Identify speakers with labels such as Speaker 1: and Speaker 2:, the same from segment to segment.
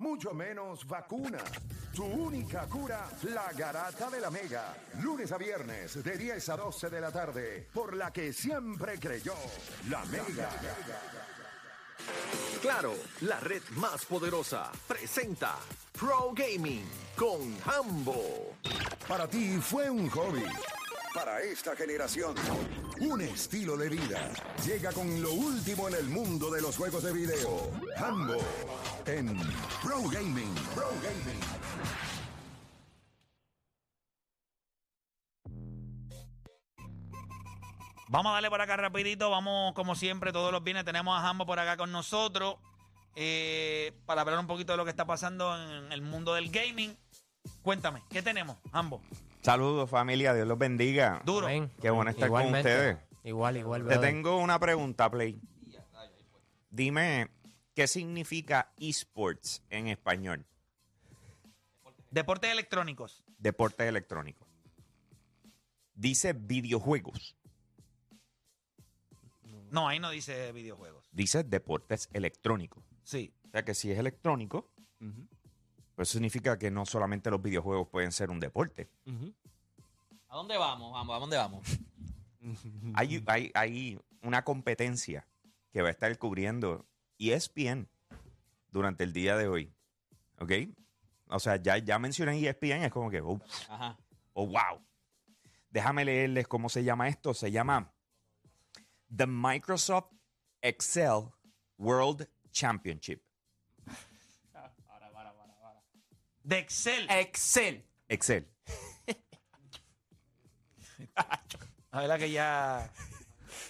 Speaker 1: mucho menos vacuna. Tu única cura, la garata de la mega. Lunes a viernes, de 10 a 12 de la tarde, por la que siempre creyó, la mega.
Speaker 2: Claro, la red más poderosa presenta Pro Gaming con Hambo.
Speaker 1: Para ti fue un hobby. Para esta generación, un estilo de vida. Llega con lo último en el mundo de los juegos de video. Hambo en Pro Gaming. Pro Gaming.
Speaker 3: Vamos a darle por acá rapidito, vamos como siempre, todos los viernes tenemos a Hambo por acá con nosotros eh, para hablar un poquito de lo que está pasando en el mundo del gaming. Cuéntame, ¿qué tenemos, Hambo?
Speaker 4: Saludos familia, Dios los bendiga.
Speaker 3: Duro.
Speaker 5: Amén.
Speaker 4: Qué bueno estar con
Speaker 5: Igualmente.
Speaker 4: ustedes.
Speaker 5: Igual, igual.
Speaker 4: Te
Speaker 5: brother.
Speaker 4: tengo una pregunta, Play. Dime, ¿qué significa esports en español?
Speaker 3: Deportes electrónicos.
Speaker 4: Deportes electrónicos. Dice videojuegos,
Speaker 3: No, ahí no dice videojuegos.
Speaker 4: dice deportes electrónicos.
Speaker 3: Sí.
Speaker 4: O sea que si es electrónico, pues significa que no solamente los videojuegos pueden ser un deporte.
Speaker 6: ¿A dónde vamos? Vamos, ¿a dónde vamos?
Speaker 4: Hay, hay, hay una competencia que va a estar cubriendo E ESPN durante el día de hoy. ¿Ok? O sea, ya, ya mencioné ESPN, es como que, oh,
Speaker 6: Ajá.
Speaker 4: oh, wow. Déjame leerles cómo se llama esto. Se llama The Microsoft Excel World Championship.
Speaker 3: De Excel.
Speaker 4: Eh.
Speaker 5: Excel.
Speaker 4: Excel.
Speaker 3: La verdad que ya.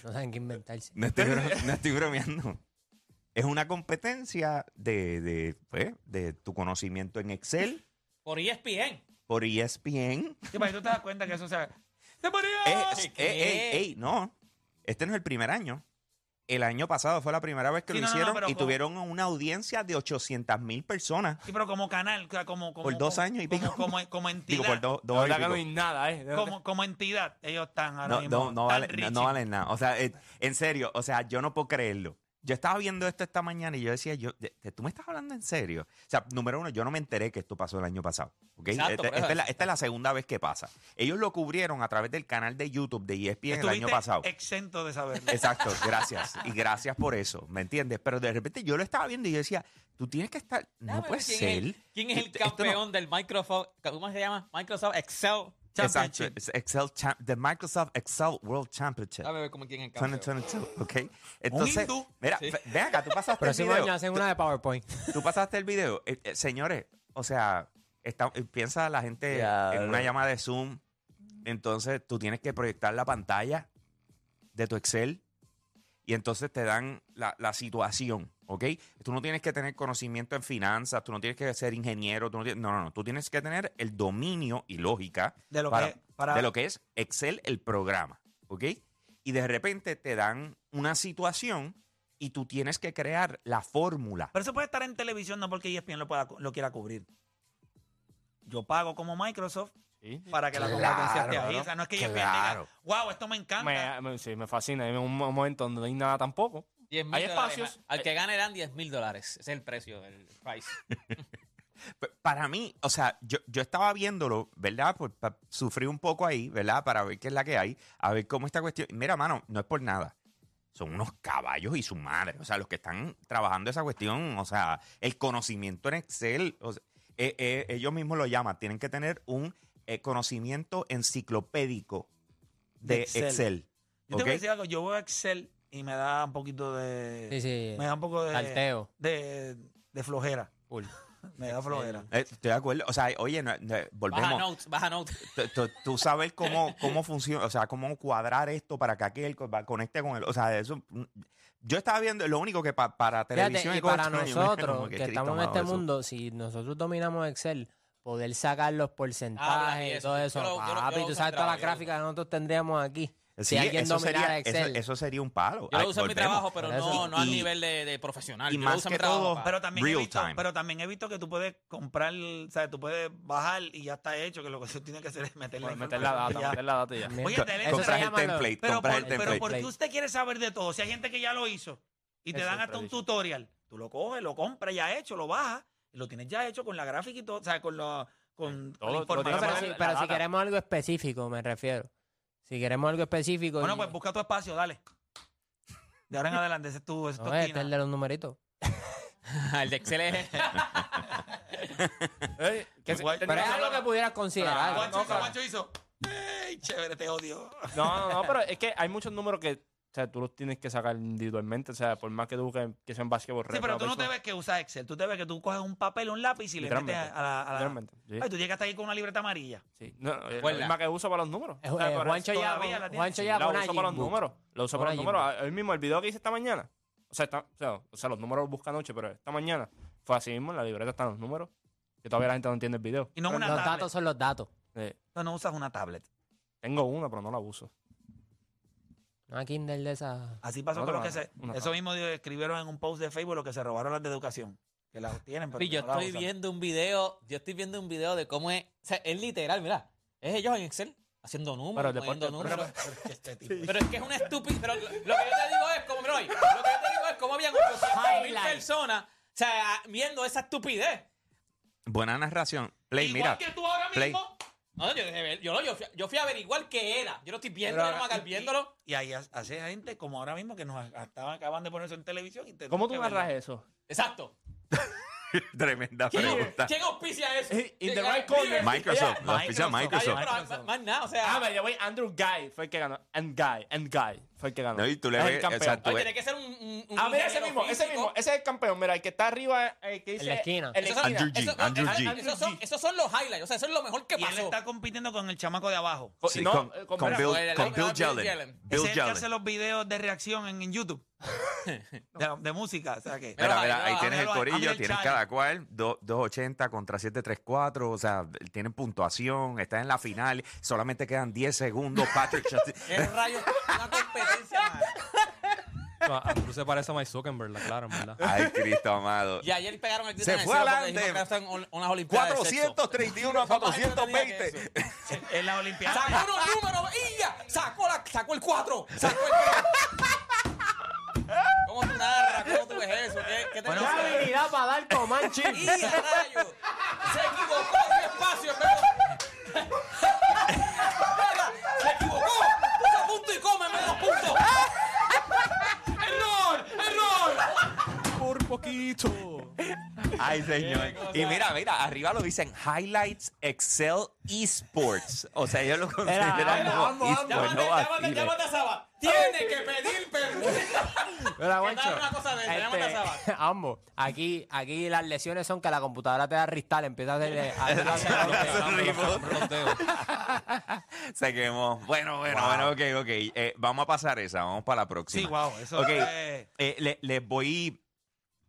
Speaker 5: No saben qué inventarse.
Speaker 4: No estoy, bro- no estoy bromeando. Es una competencia de, de, pues, de tu conocimiento en Excel
Speaker 6: Por ESPN.
Speaker 4: por E ESPN.
Speaker 3: Sí, para que tú te das cuenta que eso, o sea. ¡Se murió!
Speaker 4: Es-
Speaker 6: ¿Qué?
Speaker 4: ey, ey, ey, no. Este no es el primer año. El año pasado fue la primera vez que
Speaker 3: Sí, no,
Speaker 4: lo
Speaker 3: no, no,
Speaker 4: hicieron
Speaker 3: pero
Speaker 4: y
Speaker 3: ¿cómo?
Speaker 4: tuvieron una audiencia de 800 mil personas.
Speaker 3: Sí, pero como canal, o sea, como, como.
Speaker 4: Por dos
Speaker 3: como-
Speaker 4: años y
Speaker 3: como,
Speaker 4: pico.
Speaker 3: como, como entidad.
Speaker 4: Digo, por dos dos
Speaker 5: La
Speaker 4: años y
Speaker 5: verdad que
Speaker 4: pico.
Speaker 5: no hay nada, ¿eh?
Speaker 3: como, como entidad, ellos están ahora
Speaker 4: No,
Speaker 3: mismo.
Speaker 4: no, no
Speaker 3: tan
Speaker 4: vale, no-
Speaker 3: richis.
Speaker 4: no valen nada. O sea, eh, en serio, o sea, yo no puedo creerlo. Yo estaba viendo esto esta mañana y yo decía, yo, de- de- ¿tú me estás hablando en serio? O sea, número uno, yo no me enteré que esto pasó el año pasado. ¿ok?
Speaker 6: Exacto, pues,
Speaker 4: Este-
Speaker 6: por eso.
Speaker 4: esta, es la, esta es la segunda vez que pasa. Ellos lo cubrieron a través del canal de YouTube de E ESPN el año
Speaker 3: Estuviste
Speaker 4: pasado.
Speaker 3: Exento de saberlo.
Speaker 4: Exacto, gracias. Y gracias por eso, ¿me entiendes? Pero de repente yo lo estaba viendo y yo decía, tú tienes que estar... No
Speaker 6: Déjame
Speaker 4: puede
Speaker 6: ver quién es
Speaker 4: ser.
Speaker 6: el- ¿Quién es el
Speaker 4: Esto- esto no-
Speaker 6: campeón del Microsoft? ¿Cómo se llama? Microsoft Excel
Speaker 4: Exacto,
Speaker 6: Championship.
Speaker 4: es Excel Cham- the Microsoft Excel World Championship.
Speaker 6: Déjame ver cómo quién es el campeón.
Speaker 4: 2022, ¿ok? Entonces,
Speaker 3: hindú.
Speaker 4: mira,
Speaker 6: Sí.
Speaker 4: ve- ven acá, tú pasaste el
Speaker 5: Próximo
Speaker 4: video.
Speaker 5: año hacen
Speaker 4: tú,
Speaker 5: una de PowerPoint.
Speaker 4: tú pasaste el video. Eh, eh, señores, o sea, está- eh, piensa la gente
Speaker 6: Ya,
Speaker 4: en una
Speaker 6: bro.
Speaker 4: llamada de Zoom. Entonces, tú tienes que proyectar la pantalla de tu Excel y entonces te dan la, la situación, ¿ok? Tú no tienes que tener conocimiento en finanzas, tú no tienes que ser ingeniero, tú no, tienes- no, no, no, tú tienes que tener el dominio y lógica
Speaker 3: De lo
Speaker 4: para-
Speaker 3: que. Para,
Speaker 4: de lo que es Excel, el programa, ¿ok? Y de repente te dan una situación y tú tienes que crear la fórmula.
Speaker 3: Pero eso puede estar en televisión, no porque E ESPN lo, pueda, lo quiera cubrir. Yo pago como Microsoft para que la competencia esté ahí. O sea, no es que E ESPN
Speaker 4: claro.
Speaker 3: diga, wow, esto me encanta.
Speaker 5: Me, me- sí, me fascina. Hay un mo- momento donde no hay nada tampoco.
Speaker 6: 10 mil
Speaker 5: Hay
Speaker 6: dólares.
Speaker 5: espacios.
Speaker 6: Al que gane dan 10 mil dólares. Ese es el precio, el price.
Speaker 4: P- Para mí, o sea, yo, yo estaba viéndolo, ¿verdad? Por, pa- sufrí un poco ahí, ¿verdad? Para ver qué es la que hay, a ver cómo esta cuestión. Mira, mano, no es por nada. son unos caballos y su madre. O sea, los que están trabajando esa cuestión, o sea, el conocimiento en Excel, o sea, eh, eh, ellos mismos lo llaman, tienen que tener un eh, conocimiento enciclopédico de,
Speaker 5: De
Speaker 4: Excel.
Speaker 5: Excel.
Speaker 3: Yo te voy a
Speaker 4: ¿ok?
Speaker 3: decir algo, yo veo Excel y me da un poquito de.
Speaker 5: Sí, sí.
Speaker 3: Me da un poco de.
Speaker 5: Salteo.
Speaker 3: De, de flojera.
Speaker 5: Full.
Speaker 3: Me da flojera.
Speaker 4: Eh, Estoy de acuerdo. O sea, oye, no- no,
Speaker 6: Baja
Speaker 4: volvemos.
Speaker 6: notes, baja notes.
Speaker 4: Tú- tú- Tú sabes cómo, cómo funciona, o sea, cómo cuadrar esto para que aquel co- va- conecte con él. O sea, eso. mm, Yo estaba viendo, lo único que pa- para
Speaker 5: Fíjate,
Speaker 4: televisión
Speaker 5: y
Speaker 4: cosas
Speaker 5: para
Speaker 4: extrañas, yo me quedé como
Speaker 5: nosotros, que
Speaker 4: Cristo
Speaker 5: estamos en
Speaker 4: amado,
Speaker 5: este
Speaker 4: eso.
Speaker 5: mundo, si nosotros dominamos Excel, poder sacar los
Speaker 6: Habla y
Speaker 5: porcentajes y
Speaker 6: Ah, eso.
Speaker 5: todo
Speaker 6: Yo
Speaker 5: eso,
Speaker 6: lo- yo lo- yo lo
Speaker 5: papi, tú sabes
Speaker 6: uso en
Speaker 5: todas
Speaker 6: trabajo,
Speaker 5: las
Speaker 6: yo lo
Speaker 5: gráficas que nosotros tendríamos aquí.
Speaker 4: Sí,
Speaker 5: si alguien
Speaker 4: eso
Speaker 5: dominara
Speaker 4: sería, eso-
Speaker 5: Excel.
Speaker 4: Eso, sería un palo.
Speaker 6: Yo
Speaker 4: Ay,
Speaker 6: lo uso en mi
Speaker 4: volvemos.
Speaker 6: trabajo, pero
Speaker 5: Por eso.
Speaker 6: no, no a
Speaker 4: Y-
Speaker 6: nivel de, de profesional.
Speaker 4: y
Speaker 6: Yo
Speaker 4: más
Speaker 6: lo uso en
Speaker 4: que
Speaker 6: mi trabajo.
Speaker 4: todo,
Speaker 6: papá.
Speaker 3: Pero también, he
Speaker 4: Real
Speaker 3: visto,
Speaker 4: time.
Speaker 3: pero también he visto que tú puedes comprar, ¿sabes? Tú puedes bajar y ya está hecho, que lo que tú tienes que hacer es meter la
Speaker 5: meter
Speaker 3: información y ya.
Speaker 5: la data ya.
Speaker 3: Oye,
Speaker 4: Co-
Speaker 3: Televisa
Speaker 4: compras
Speaker 5: se
Speaker 4: el
Speaker 5: llama lo-
Speaker 4: template,
Speaker 3: Pero,
Speaker 4: compras
Speaker 3: por,
Speaker 4: el
Speaker 3: pero
Speaker 4: template.
Speaker 3: ¿por qué usted quiere saber de todo? Si hay gente que ya lo hizo y te
Speaker 5: Eso
Speaker 3: dan
Speaker 5: es
Speaker 3: hasta un
Speaker 5: tradición.
Speaker 3: tutorial, tú lo coges, lo compras ya hecho, lo bajas, y lo tienes ya hecho con la gráfica y todo, o sea, con, la- con
Speaker 5: No,
Speaker 3: la información.
Speaker 5: pero, si, pero si queremos algo específico, me refiero. Si queremos algo específico.
Speaker 3: Bueno,
Speaker 5: y-
Speaker 3: pues busca tu espacio, dale. De ahora en adelante, ese es tu, esa es tu
Speaker 5: No, este
Speaker 3: esquina.
Speaker 5: es el de los numeritos.
Speaker 6: el de Excel es.
Speaker 3: Guay-
Speaker 5: Pero es algo que pudieras considerar.
Speaker 3: Guacho hizo, Guacho hizo. ¡Ey, chévere, te odio!
Speaker 7: No, no, no, pero es que hay muchos números que o sea, tú los tienes que sacar individualmente. O sea, por más que tú busques que sea en básquetbol,
Speaker 3: Sí, pero tú no te ves que usas Excel. Tú te ves que tú coges un papel, un lápiz y le metes a
Speaker 7: Literalmente,
Speaker 3: a la... a la-
Speaker 7: Literalmente. Sí,
Speaker 3: Ay, tú llegas hasta ahí con una libreta amarilla.
Speaker 7: sí. No, no, es
Speaker 6: Recuerda.
Speaker 7: la misma que uso para los números.
Speaker 5: Eh,
Speaker 7: O sea,
Speaker 5: eh,
Speaker 7: para-
Speaker 5: Juancho ya,
Speaker 3: todavía la tiene.
Speaker 5: Juancho
Speaker 3: Sí,
Speaker 5: ya
Speaker 7: la
Speaker 5: con una
Speaker 7: uso para los
Speaker 5: Jimbo.
Speaker 7: números. La uso para
Speaker 5: Una
Speaker 7: los números. Ah, Hoy mismo, el video que hice esta mañana. O sea, está- o sea, o sea, los números los busca anoche, pero esta mañana fue así mismo. En la libreta están los números. Que todavía la gente no entiende el video.
Speaker 3: Y no una
Speaker 5: Los
Speaker 3: tablet.
Speaker 5: datos son los datos.
Speaker 7: Eh,
Speaker 3: No, no usas una tablet.
Speaker 7: tengo una, pero no la uso.
Speaker 5: No hay Kindle de esa.
Speaker 3: Así pasó
Speaker 7: No,
Speaker 3: con
Speaker 7: no,
Speaker 3: los que
Speaker 7: no,
Speaker 3: se...
Speaker 7: no, no.
Speaker 3: Eso mismo dio- escribieron en un post de Facebook los que se robaron las de educación. Que las tienen, pero
Speaker 6: Papi, yo
Speaker 3: no las
Speaker 6: estoy
Speaker 3: usan.
Speaker 6: viendo un video, yo estoy viendo un video de cómo es, o sea, es literal, mira, es ellos en Excel haciendo números,
Speaker 7: Pero de
Speaker 6: poniendo
Speaker 7: parte-
Speaker 6: números.
Speaker 3: Este tipo.
Speaker 6: Pero es que es una estúpida, pero lo, lo que yo te digo es como, mira, hoy, lo que yo te digo es cómo habían 800 mil
Speaker 5: Highlight.
Speaker 6: personas, o sea, viendo esa estupidez.
Speaker 4: Buena narración. Play, mira.
Speaker 6: Igual que tú ahora
Speaker 4: Play.
Speaker 6: mismo. No, yo, dejé ver- yo, lo- yo, fui, yo fui a averiguar qué era. Yo lo estoy viendo,
Speaker 3: Pero
Speaker 6: yo no me
Speaker 3: ahora-
Speaker 6: acabo viéndolo.
Speaker 3: Y ahí ha- hace gente como ahora mismo que nos a- estaban acaban de poner eso en televisión. Y te-
Speaker 7: ¿Cómo tú
Speaker 3: que verlo.
Speaker 7: narras eso?
Speaker 6: Exacto.
Speaker 4: Tremenda
Speaker 6: ¿Quién,
Speaker 4: pregunta.
Speaker 6: quién auspicia eso?
Speaker 7: Eh,
Speaker 6: ¿Quién
Speaker 7: Integral
Speaker 6: escribe?
Speaker 7: Corner.
Speaker 4: Microsoft. La oficina
Speaker 3: Microsoft.
Speaker 6: Ay,
Speaker 4: Microsoft.
Speaker 6: yo, pero, más, más nada, o sea.
Speaker 7: Ah, by the way, Andrew Guy fue el que ganó. And Guy, and Guy fue el que ganó.
Speaker 4: No, y tú le
Speaker 7: Es el
Speaker 4: ves,
Speaker 7: campeón.
Speaker 4: exacto. eh,
Speaker 6: Oye, tiene que ser un. un- un
Speaker 7: Ah, mira, ese
Speaker 6: ingeniero
Speaker 7: mismo, ese
Speaker 6: físico.
Speaker 7: mismo, ese es el campeón. Mira, el que está arriba, el que dice.
Speaker 5: la esquina.
Speaker 7: en la
Speaker 6: Esos son-
Speaker 7: esquina.
Speaker 4: Andrew G,
Speaker 6: esos-
Speaker 4: Andrew
Speaker 6: esos-
Speaker 4: G.
Speaker 6: Esos son, esos son los highlights, o sea, eso es lo mejor que
Speaker 3: Y él
Speaker 6: pasó.
Speaker 3: está compitiendo con el chamaco de abajo.
Speaker 7: Co-
Speaker 4: Sí,
Speaker 7: no,
Speaker 4: con,
Speaker 7: eh,
Speaker 4: con
Speaker 7: mira,
Speaker 4: Bill,
Speaker 6: el-
Speaker 4: con
Speaker 6: el-
Speaker 4: Bill
Speaker 6: Bill
Speaker 4: Jalen.
Speaker 6: Jalen.
Speaker 4: Bill
Speaker 3: Ese es el que hace
Speaker 4: Jalen.
Speaker 3: los videos de reacción en, en YouTube. de, de música, o sea que...
Speaker 4: Mira,
Speaker 6: Míralo
Speaker 4: mira,
Speaker 6: ahí,
Speaker 4: ahí
Speaker 6: míralo,
Speaker 4: tienes
Speaker 3: míralo ahí.
Speaker 4: el
Speaker 3: Hazme
Speaker 4: corillo,
Speaker 3: el
Speaker 4: tienes
Speaker 3: challenge.
Speaker 4: cada cual, do- 280 contra 734, o sea, tienen puntuación, están en la final, solamente quedan 10 segundos, Patrick. Chas-
Speaker 6: ¿Qué rayos? Una competencia, mano.
Speaker 8: Tú se parece a Mike Zuckerberg, la clara, en verdad.
Speaker 4: Ay, Cristo amado.
Speaker 6: Y ayer pegaron el grito
Speaker 4: Se
Speaker 6: en el
Speaker 4: fue
Speaker 6: cielo porque
Speaker 4: adelante.
Speaker 6: dijeron que están en unas olimpiadas. de sexo.
Speaker 4: 431 a
Speaker 6: Más entretenida que
Speaker 4: 420.
Speaker 6: eso.
Speaker 3: En las Olimpiadas.
Speaker 6: Sacó unos números, y ya, Sacó, la, sacó el 4. Sacó el 4. ¿Cómo tú narras? ¿Cómo tú ves eso? ¿Qué, qué te
Speaker 3: Bueno,
Speaker 5: ¡Qué
Speaker 6: pasa?
Speaker 5: habilidad para dar Comanche!
Speaker 6: ¡Y a rayo! Se equivocó en espacio, en vez de- Mierda, ¡Se equivocó! Puso punto y coma en medio punto. ¡Error! ¡Error!
Speaker 8: Por poquito.
Speaker 4: Ay, señor. Y mira, mira, arriba lo dicen Highlights Excel Esports. O sea, ellos lo consideran
Speaker 5: Era,
Speaker 4: como esports,
Speaker 6: Llámate,
Speaker 4: no
Speaker 6: llámate,
Speaker 4: vaciles.
Speaker 6: llámate a Saba. Tiene que pedir permiso.
Speaker 5: Mira,
Speaker 6: ¿Qué tal una cosa de esa? Llámate a Saba.
Speaker 5: Este, ambos. Aquí, aquí las lesiones son que la computadora te da ristal, empieza a hacerle. a hacerle-
Speaker 4: Se quemó. Bueno, bueno, bueno, ok, ok. Eh, vamos a pasar esa, vamos para la próxima.
Speaker 3: Sí, wow, eso
Speaker 4: Ok.
Speaker 3: es-
Speaker 4: Eh, le- les voy.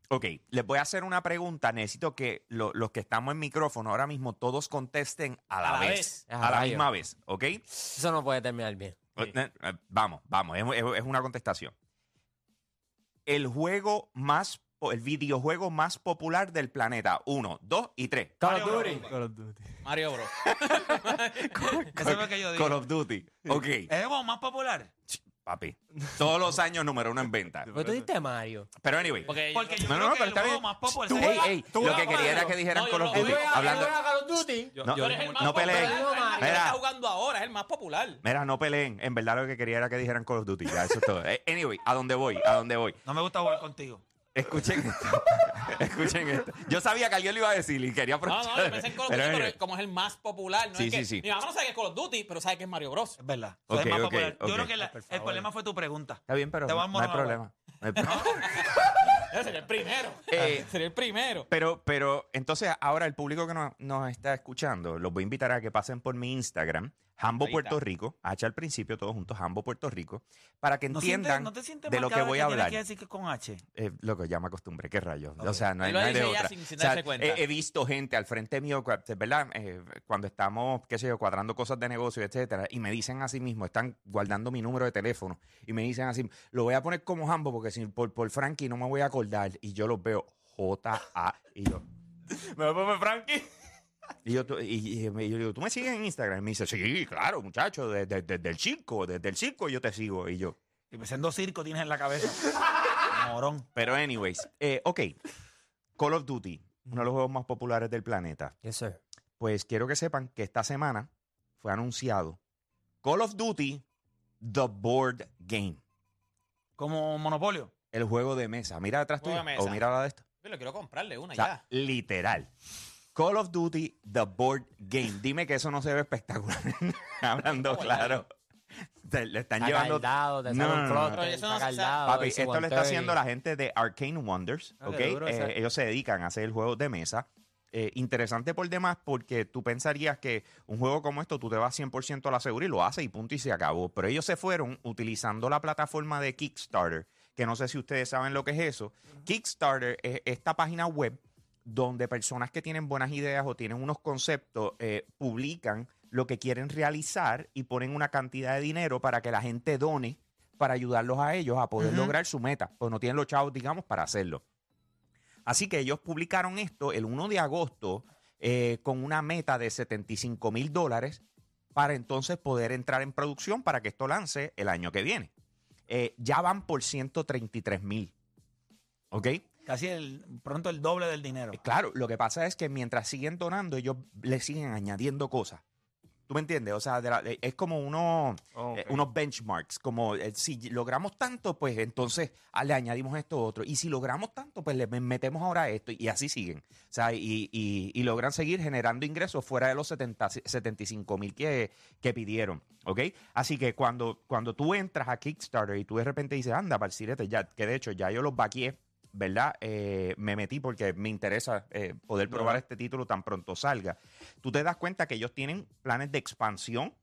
Speaker 4: Ok, les voy a hacer una pregunta. Necesito que lo- los que estamos en micrófono ahora mismo todos contesten a la,
Speaker 6: A la
Speaker 4: vez.
Speaker 6: vez.
Speaker 4: A la
Speaker 5: Ah,
Speaker 4: misma vez, ¿ok?
Speaker 5: Eso no puede terminar bien.
Speaker 4: Eh, eh, Vamos, vamos, es, es- es una contestación. El juego más, po- el videojuego más popular del planeta. Uno, dos y tres.
Speaker 5: Call of Duty.
Speaker 8: Call of Duty.
Speaker 6: Mario Bros.
Speaker 3: Eso es lo que yo digo.
Speaker 4: Call of Duty. Ok.
Speaker 3: Es el juego más popular.
Speaker 4: Papi. Todos los años número uno en venta.
Speaker 5: ¿Pero tú diste Mario?
Speaker 4: Pero anyway.
Speaker 6: Porque,
Speaker 3: Porque yo
Speaker 4: No, no,
Speaker 3: creo
Speaker 4: no,
Speaker 3: que
Speaker 4: pero
Speaker 3: el
Speaker 4: está
Speaker 3: juego
Speaker 4: bien.
Speaker 3: más popular.
Speaker 4: Tú-
Speaker 3: Ey,
Speaker 4: ey, lo que quería era que dijeran
Speaker 6: No,
Speaker 4: Call of
Speaker 6: yo-
Speaker 4: Duty.
Speaker 6: yo- yo-
Speaker 4: Hablando.
Speaker 5: Pues, Call of Duty?
Speaker 8: Yo-
Speaker 4: No,
Speaker 8: yo-
Speaker 6: eres el más
Speaker 4: no
Speaker 6: popular.
Speaker 4: peleen.
Speaker 6: Mario
Speaker 5: Mira.
Speaker 6: está jugando ahora, es el más popular.
Speaker 4: Mira, no peleen. En verdad lo que quería era que dijeran Call of Duty. Ya, eso es todo. Eh, Anyway, ¿a dónde voy? ¿A dónde voy?
Speaker 3: No me gusta jugar contigo.
Speaker 4: Escuchen esto. Escuchen esto. Yo sabía que alguien lo iba a decir y quería
Speaker 6: No,
Speaker 4: aprovechar.
Speaker 6: no, yo pensé en Call of Duty,
Speaker 4: Pero
Speaker 6: pero
Speaker 4: anyway,
Speaker 6: como es el más popular. No
Speaker 4: Sí,
Speaker 6: es que,
Speaker 4: sí, sí.
Speaker 6: Mi mamá no sabe que es Call of Duty, pero sabe que es Mario Bros.
Speaker 3: Es verdad.
Speaker 4: Ok,
Speaker 3: es más
Speaker 4: ok,
Speaker 3: popular.
Speaker 4: ok.
Speaker 3: Yo creo que la-
Speaker 4: Ah, por
Speaker 3: el problema fue tu pregunta.
Speaker 4: Está bien, pero
Speaker 3: Te
Speaker 4: no,
Speaker 3: vamos
Speaker 4: hay
Speaker 3: a-
Speaker 4: problema. No hay problema.
Speaker 6: Ese sería el primero.
Speaker 4: Eh,
Speaker 6: sería el primero.
Speaker 4: Pero, pero entonces ahora el público que no- nos está escuchando, los voy a invitar a que pasen por mi Instagram, Hambo
Speaker 6: Ahí
Speaker 4: Puerto
Speaker 6: está.
Speaker 4: Rico, H al principio, todos juntos, Hambo Puerto Rico, para que
Speaker 3: ¿No, sientes-
Speaker 4: entiendan
Speaker 3: no te sientes
Speaker 4: de
Speaker 3: mal
Speaker 4: lo que
Speaker 3: cada vez
Speaker 4: voy a
Speaker 3: tienes
Speaker 4: hablar.
Speaker 3: que decir que es con H?
Speaker 4: Eh, loco, ya me acostumbré, qué rayos. O sea, no hay,
Speaker 6: Él lo
Speaker 4: no hay de
Speaker 6: dice ya
Speaker 4: otra.
Speaker 6: sin- sin
Speaker 4: O sea,
Speaker 6: darse cuenta.
Speaker 4: He, he visto gente al frente mío, cua- ¿verdad? Eh, cuando estamos, qué sé yo, cuadrando cosas de negocio, etcétera, y me dicen así mismo, están guardando mi número de teléfono, y me dicen así, lo voy a poner como Hambo porque si por, por Frankie no me voy a acordar, y yo los veo, J-A, y yo...
Speaker 7: Me voy a poner Frankie.
Speaker 4: Y yo, tú- y, y me- yo le digo, ¿tú me sigues en Instagram? Y me dice, sí, claro, muchacho, de- de- desde el circo, desde el circo yo te sigo. Y yo,
Speaker 3: Y pensando circo tienes en la cabeza. Morón.
Speaker 4: pero anyways, eh, ok, Call of Duty, uno de los juegos más populares del planeta.
Speaker 5: Yes, sir.
Speaker 4: Pues quiero que sepan que esta semana fue anunciado Call of Duty The Board Game,
Speaker 3: Como Monopolio.
Speaker 4: el juego de mesa. Mira atrás
Speaker 6: Juego
Speaker 4: tuyo,
Speaker 6: de
Speaker 4: o
Speaker 6: mesa.
Speaker 4: mira la de esto.
Speaker 6: Yo lo quiero comprarle una
Speaker 4: O sea,
Speaker 6: ya.
Speaker 4: literal. Call of Duty The Board Game. Dime que eso no se ve espectacular. Hablando
Speaker 6: Está
Speaker 4: claro.
Speaker 6: guayado.
Speaker 4: Te- le están
Speaker 5: Está
Speaker 4: llevando
Speaker 5: caldado, te sale
Speaker 4: No,
Speaker 5: un
Speaker 4: no, no,
Speaker 5: clot,
Speaker 4: no.
Speaker 6: Pero
Speaker 5: te
Speaker 6: eso
Speaker 5: está
Speaker 6: no se sabe.
Speaker 5: caldado,
Speaker 4: Papi,
Speaker 5: ese
Speaker 4: esto lo está
Speaker 5: 130.
Speaker 4: haciendo la gente de Arcane Wonders,
Speaker 8: Ah,
Speaker 4: ¿ok?
Speaker 8: qué duro,
Speaker 4: Eh,
Speaker 8: ese-
Speaker 4: ellos se dedican a hacer juegos de mesa. Eh, interesante por demás porque tú pensarías que un juego como esto tú te vas 100% a la segura y lo haces y punto y se acabó. Pero ellos se fueron utilizando la plataforma de Kickstarter, que no sé si ustedes saben lo que es eso. Kickstarter es esta página web donde personas que tienen buenas ideas o tienen unos conceptos eh, publican lo que quieren realizar y ponen una cantidad de dinero para que la gente done para ayudarlos a ellos a poder lograr su meta, pues no tienen los chavos, digamos, para hacerlo. Así que ellos publicaron esto el 1 de agosto eh, con una meta de 75 mil dólares para entonces poder entrar en producción para que esto lance el año que viene. Eh, ya van por 133 mil. ¿Ok?
Speaker 3: Casi el, pronto el doble del dinero.
Speaker 4: Claro, lo que pasa es que mientras siguen donando, ellos le siguen añadiendo cosas. ¿Tú me entiendes? O sea, de la- eh, es como uno,
Speaker 7: Oh,
Speaker 4: eh,
Speaker 7: ok.
Speaker 4: unos benchmarks, como eh, si logramos tanto, pues entonces ah, le añadimos esto otro. Y si logramos tanto, pues le me- metemos ahora esto. Y así siguen. O sea, y, y- y logran seguir generando ingresos fuera de los 70, 75 mil que, que pidieron. ¿Ok? Así que cuando, cuando tú entras a Kickstarter y tú de repente dices, anda, parcirete, ya, que de hecho ya yo los vaqueé, ¿verdad? Eh, me metí porque me interesa eh, poder probar este título tan pronto salga. Tú te das cuenta que ellos tienen planes de expansión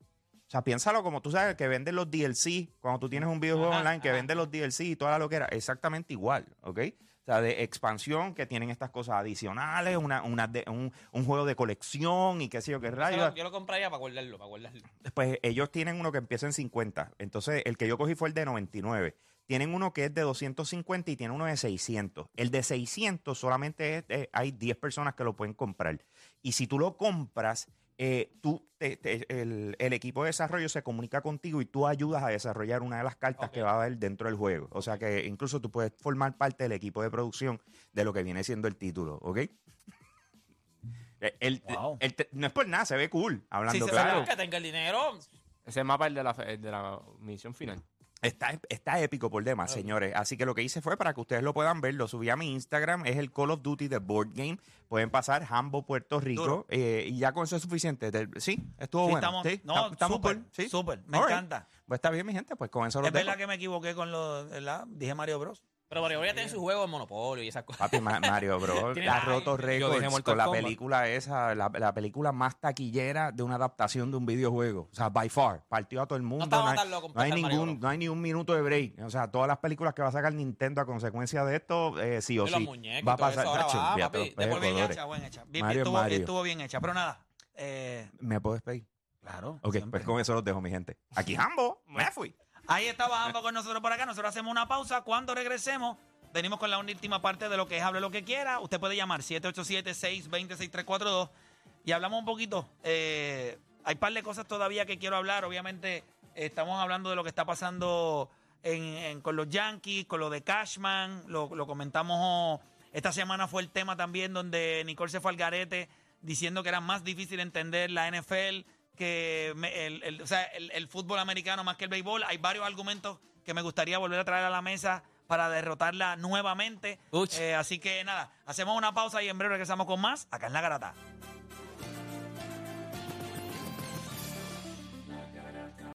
Speaker 4: o sea, piénsalo como tú sabes que venden los DLC, cuando tú tienes un videojuego
Speaker 6: Ajá,
Speaker 4: online que
Speaker 6: ajá.
Speaker 4: vende los DLC y toda la loquera, exactamente igual, ¿ok? O sea, de expansión, que tienen estas cosas adicionales, una, una de- un, un juego de colección y qué sé yo qué
Speaker 6: Yo
Speaker 4: rayos.
Speaker 6: lo, yo lo compraría para guardarlo, para guardarlo.
Speaker 4: Pues ellos tienen uno que empieza en 50. Entonces, el que yo cogí fue el de 99. Tienen uno que es de 250 y tiene uno de 600. El de 600 solamente es- eh, hay 10 personas que lo pueden comprar. Y si tú lo compras, eh, tú, te- te- el, el equipo de desarrollo se comunica contigo y tú ayudas a desarrollar una de las cartas que va a haber dentro del juego. O sea que incluso tú puedes formar parte del equipo de producción de lo que viene siendo el título, ¿ok? Eh, el-
Speaker 3: Wow.
Speaker 4: el te- no es por nada, se ve cool, hablando
Speaker 3: se ve
Speaker 4: claro.
Speaker 6: Pero Que tenga el dinero.
Speaker 7: Ese mapa es el de la, el de la misión final.
Speaker 4: Está, está épico por demás, señores. Así que lo que hice fue para que ustedes lo puedan ver, lo subí a mi Instagram, es el Call of Duty de Board Game. Pueden pasar Hambo, Puerto Rico. eh, y ya con eso es suficiente. Te- Sí, estuvo
Speaker 3: Sí,
Speaker 4: bueno.
Speaker 3: estamos,
Speaker 4: sí,
Speaker 3: no,
Speaker 4: está- estamos
Speaker 3: súper,
Speaker 4: cool, sí.
Speaker 3: súper. Me
Speaker 4: All right.
Speaker 3: encanta.
Speaker 4: Pues está bien, mi gente, pues con eso lo
Speaker 3: Es
Speaker 4: dejo.
Speaker 3: verdad que me equivoqué con lo, ¿verdad? Dije Mario Bros.
Speaker 6: Pero Mario Bros. ya tiene su juego de Monopolio y esas cosas.
Speaker 4: Papi, Ma- Mario, bro,
Speaker 6: Tiene
Speaker 4: ha
Speaker 6: la-
Speaker 4: roto
Speaker 6: yo
Speaker 8: dije
Speaker 4: récords
Speaker 8: Mortal
Speaker 4: con la
Speaker 8: Kombat.
Speaker 4: película esa, la, la película más taquillera de una adaptación de un videojuego. O sea, by far, partió a todo el mundo.
Speaker 6: estábamos
Speaker 4: hay,
Speaker 6: tan locos
Speaker 4: no hay
Speaker 6: para sacar Mario
Speaker 4: ningún,
Speaker 6: Bros.
Speaker 4: no hay ni un minuto de break. O sea, todas las películas que va a sacar Nintendo a consecuencia de esto, eh, sí o
Speaker 6: Y los
Speaker 4: sí.
Speaker 6: muñecos
Speaker 4: Va a
Speaker 6: y todo eso,
Speaker 4: pasar,
Speaker 6: ahora
Speaker 4: Nacho,
Speaker 6: va,
Speaker 4: olvídate
Speaker 6: papi,
Speaker 4: los
Speaker 6: después
Speaker 3: Fue bien
Speaker 4: colores.
Speaker 3: hecha, bien hecha. Bien-
Speaker 4: Mario,
Speaker 3: estuvo,
Speaker 4: Mario.
Speaker 3: estuvo bien hecha. Pero nada, eh,
Speaker 4: ¿Me puedo despedir?
Speaker 3: claro.
Speaker 4: Ok,
Speaker 3: siempre.
Speaker 4: pues con eso los dejo, mi gente. Aquí Hambo, me fui.
Speaker 3: Ahí estaba ambos con nosotros por acá. Nosotros hacemos una pausa. Cuando regresemos, venimos con la última parte de lo que es Hable lo que quiera. Usted puede llamar 787-620-6342 y hablamos un poquito. Eh, hay par de cosas todavía que quiero hablar. Obviamente, eh, estamos hablando de lo que está pasando en- en- con los Yankees, con lo de Cashman, lo, lo comentamos oh, esta semana fue el tema también donde Nicole se fue al garete diciendo que era más difícil entender la NFL que me- el, el- o sea, el- el fútbol americano más que el béisbol. Hay varios argumentos que me gustaría volver a traer a la mesa para derrotarla nuevamente.
Speaker 6: Uch.
Speaker 3: Eh, así que nada, hacemos una pausa y en breve regresamos con más acá en la garata.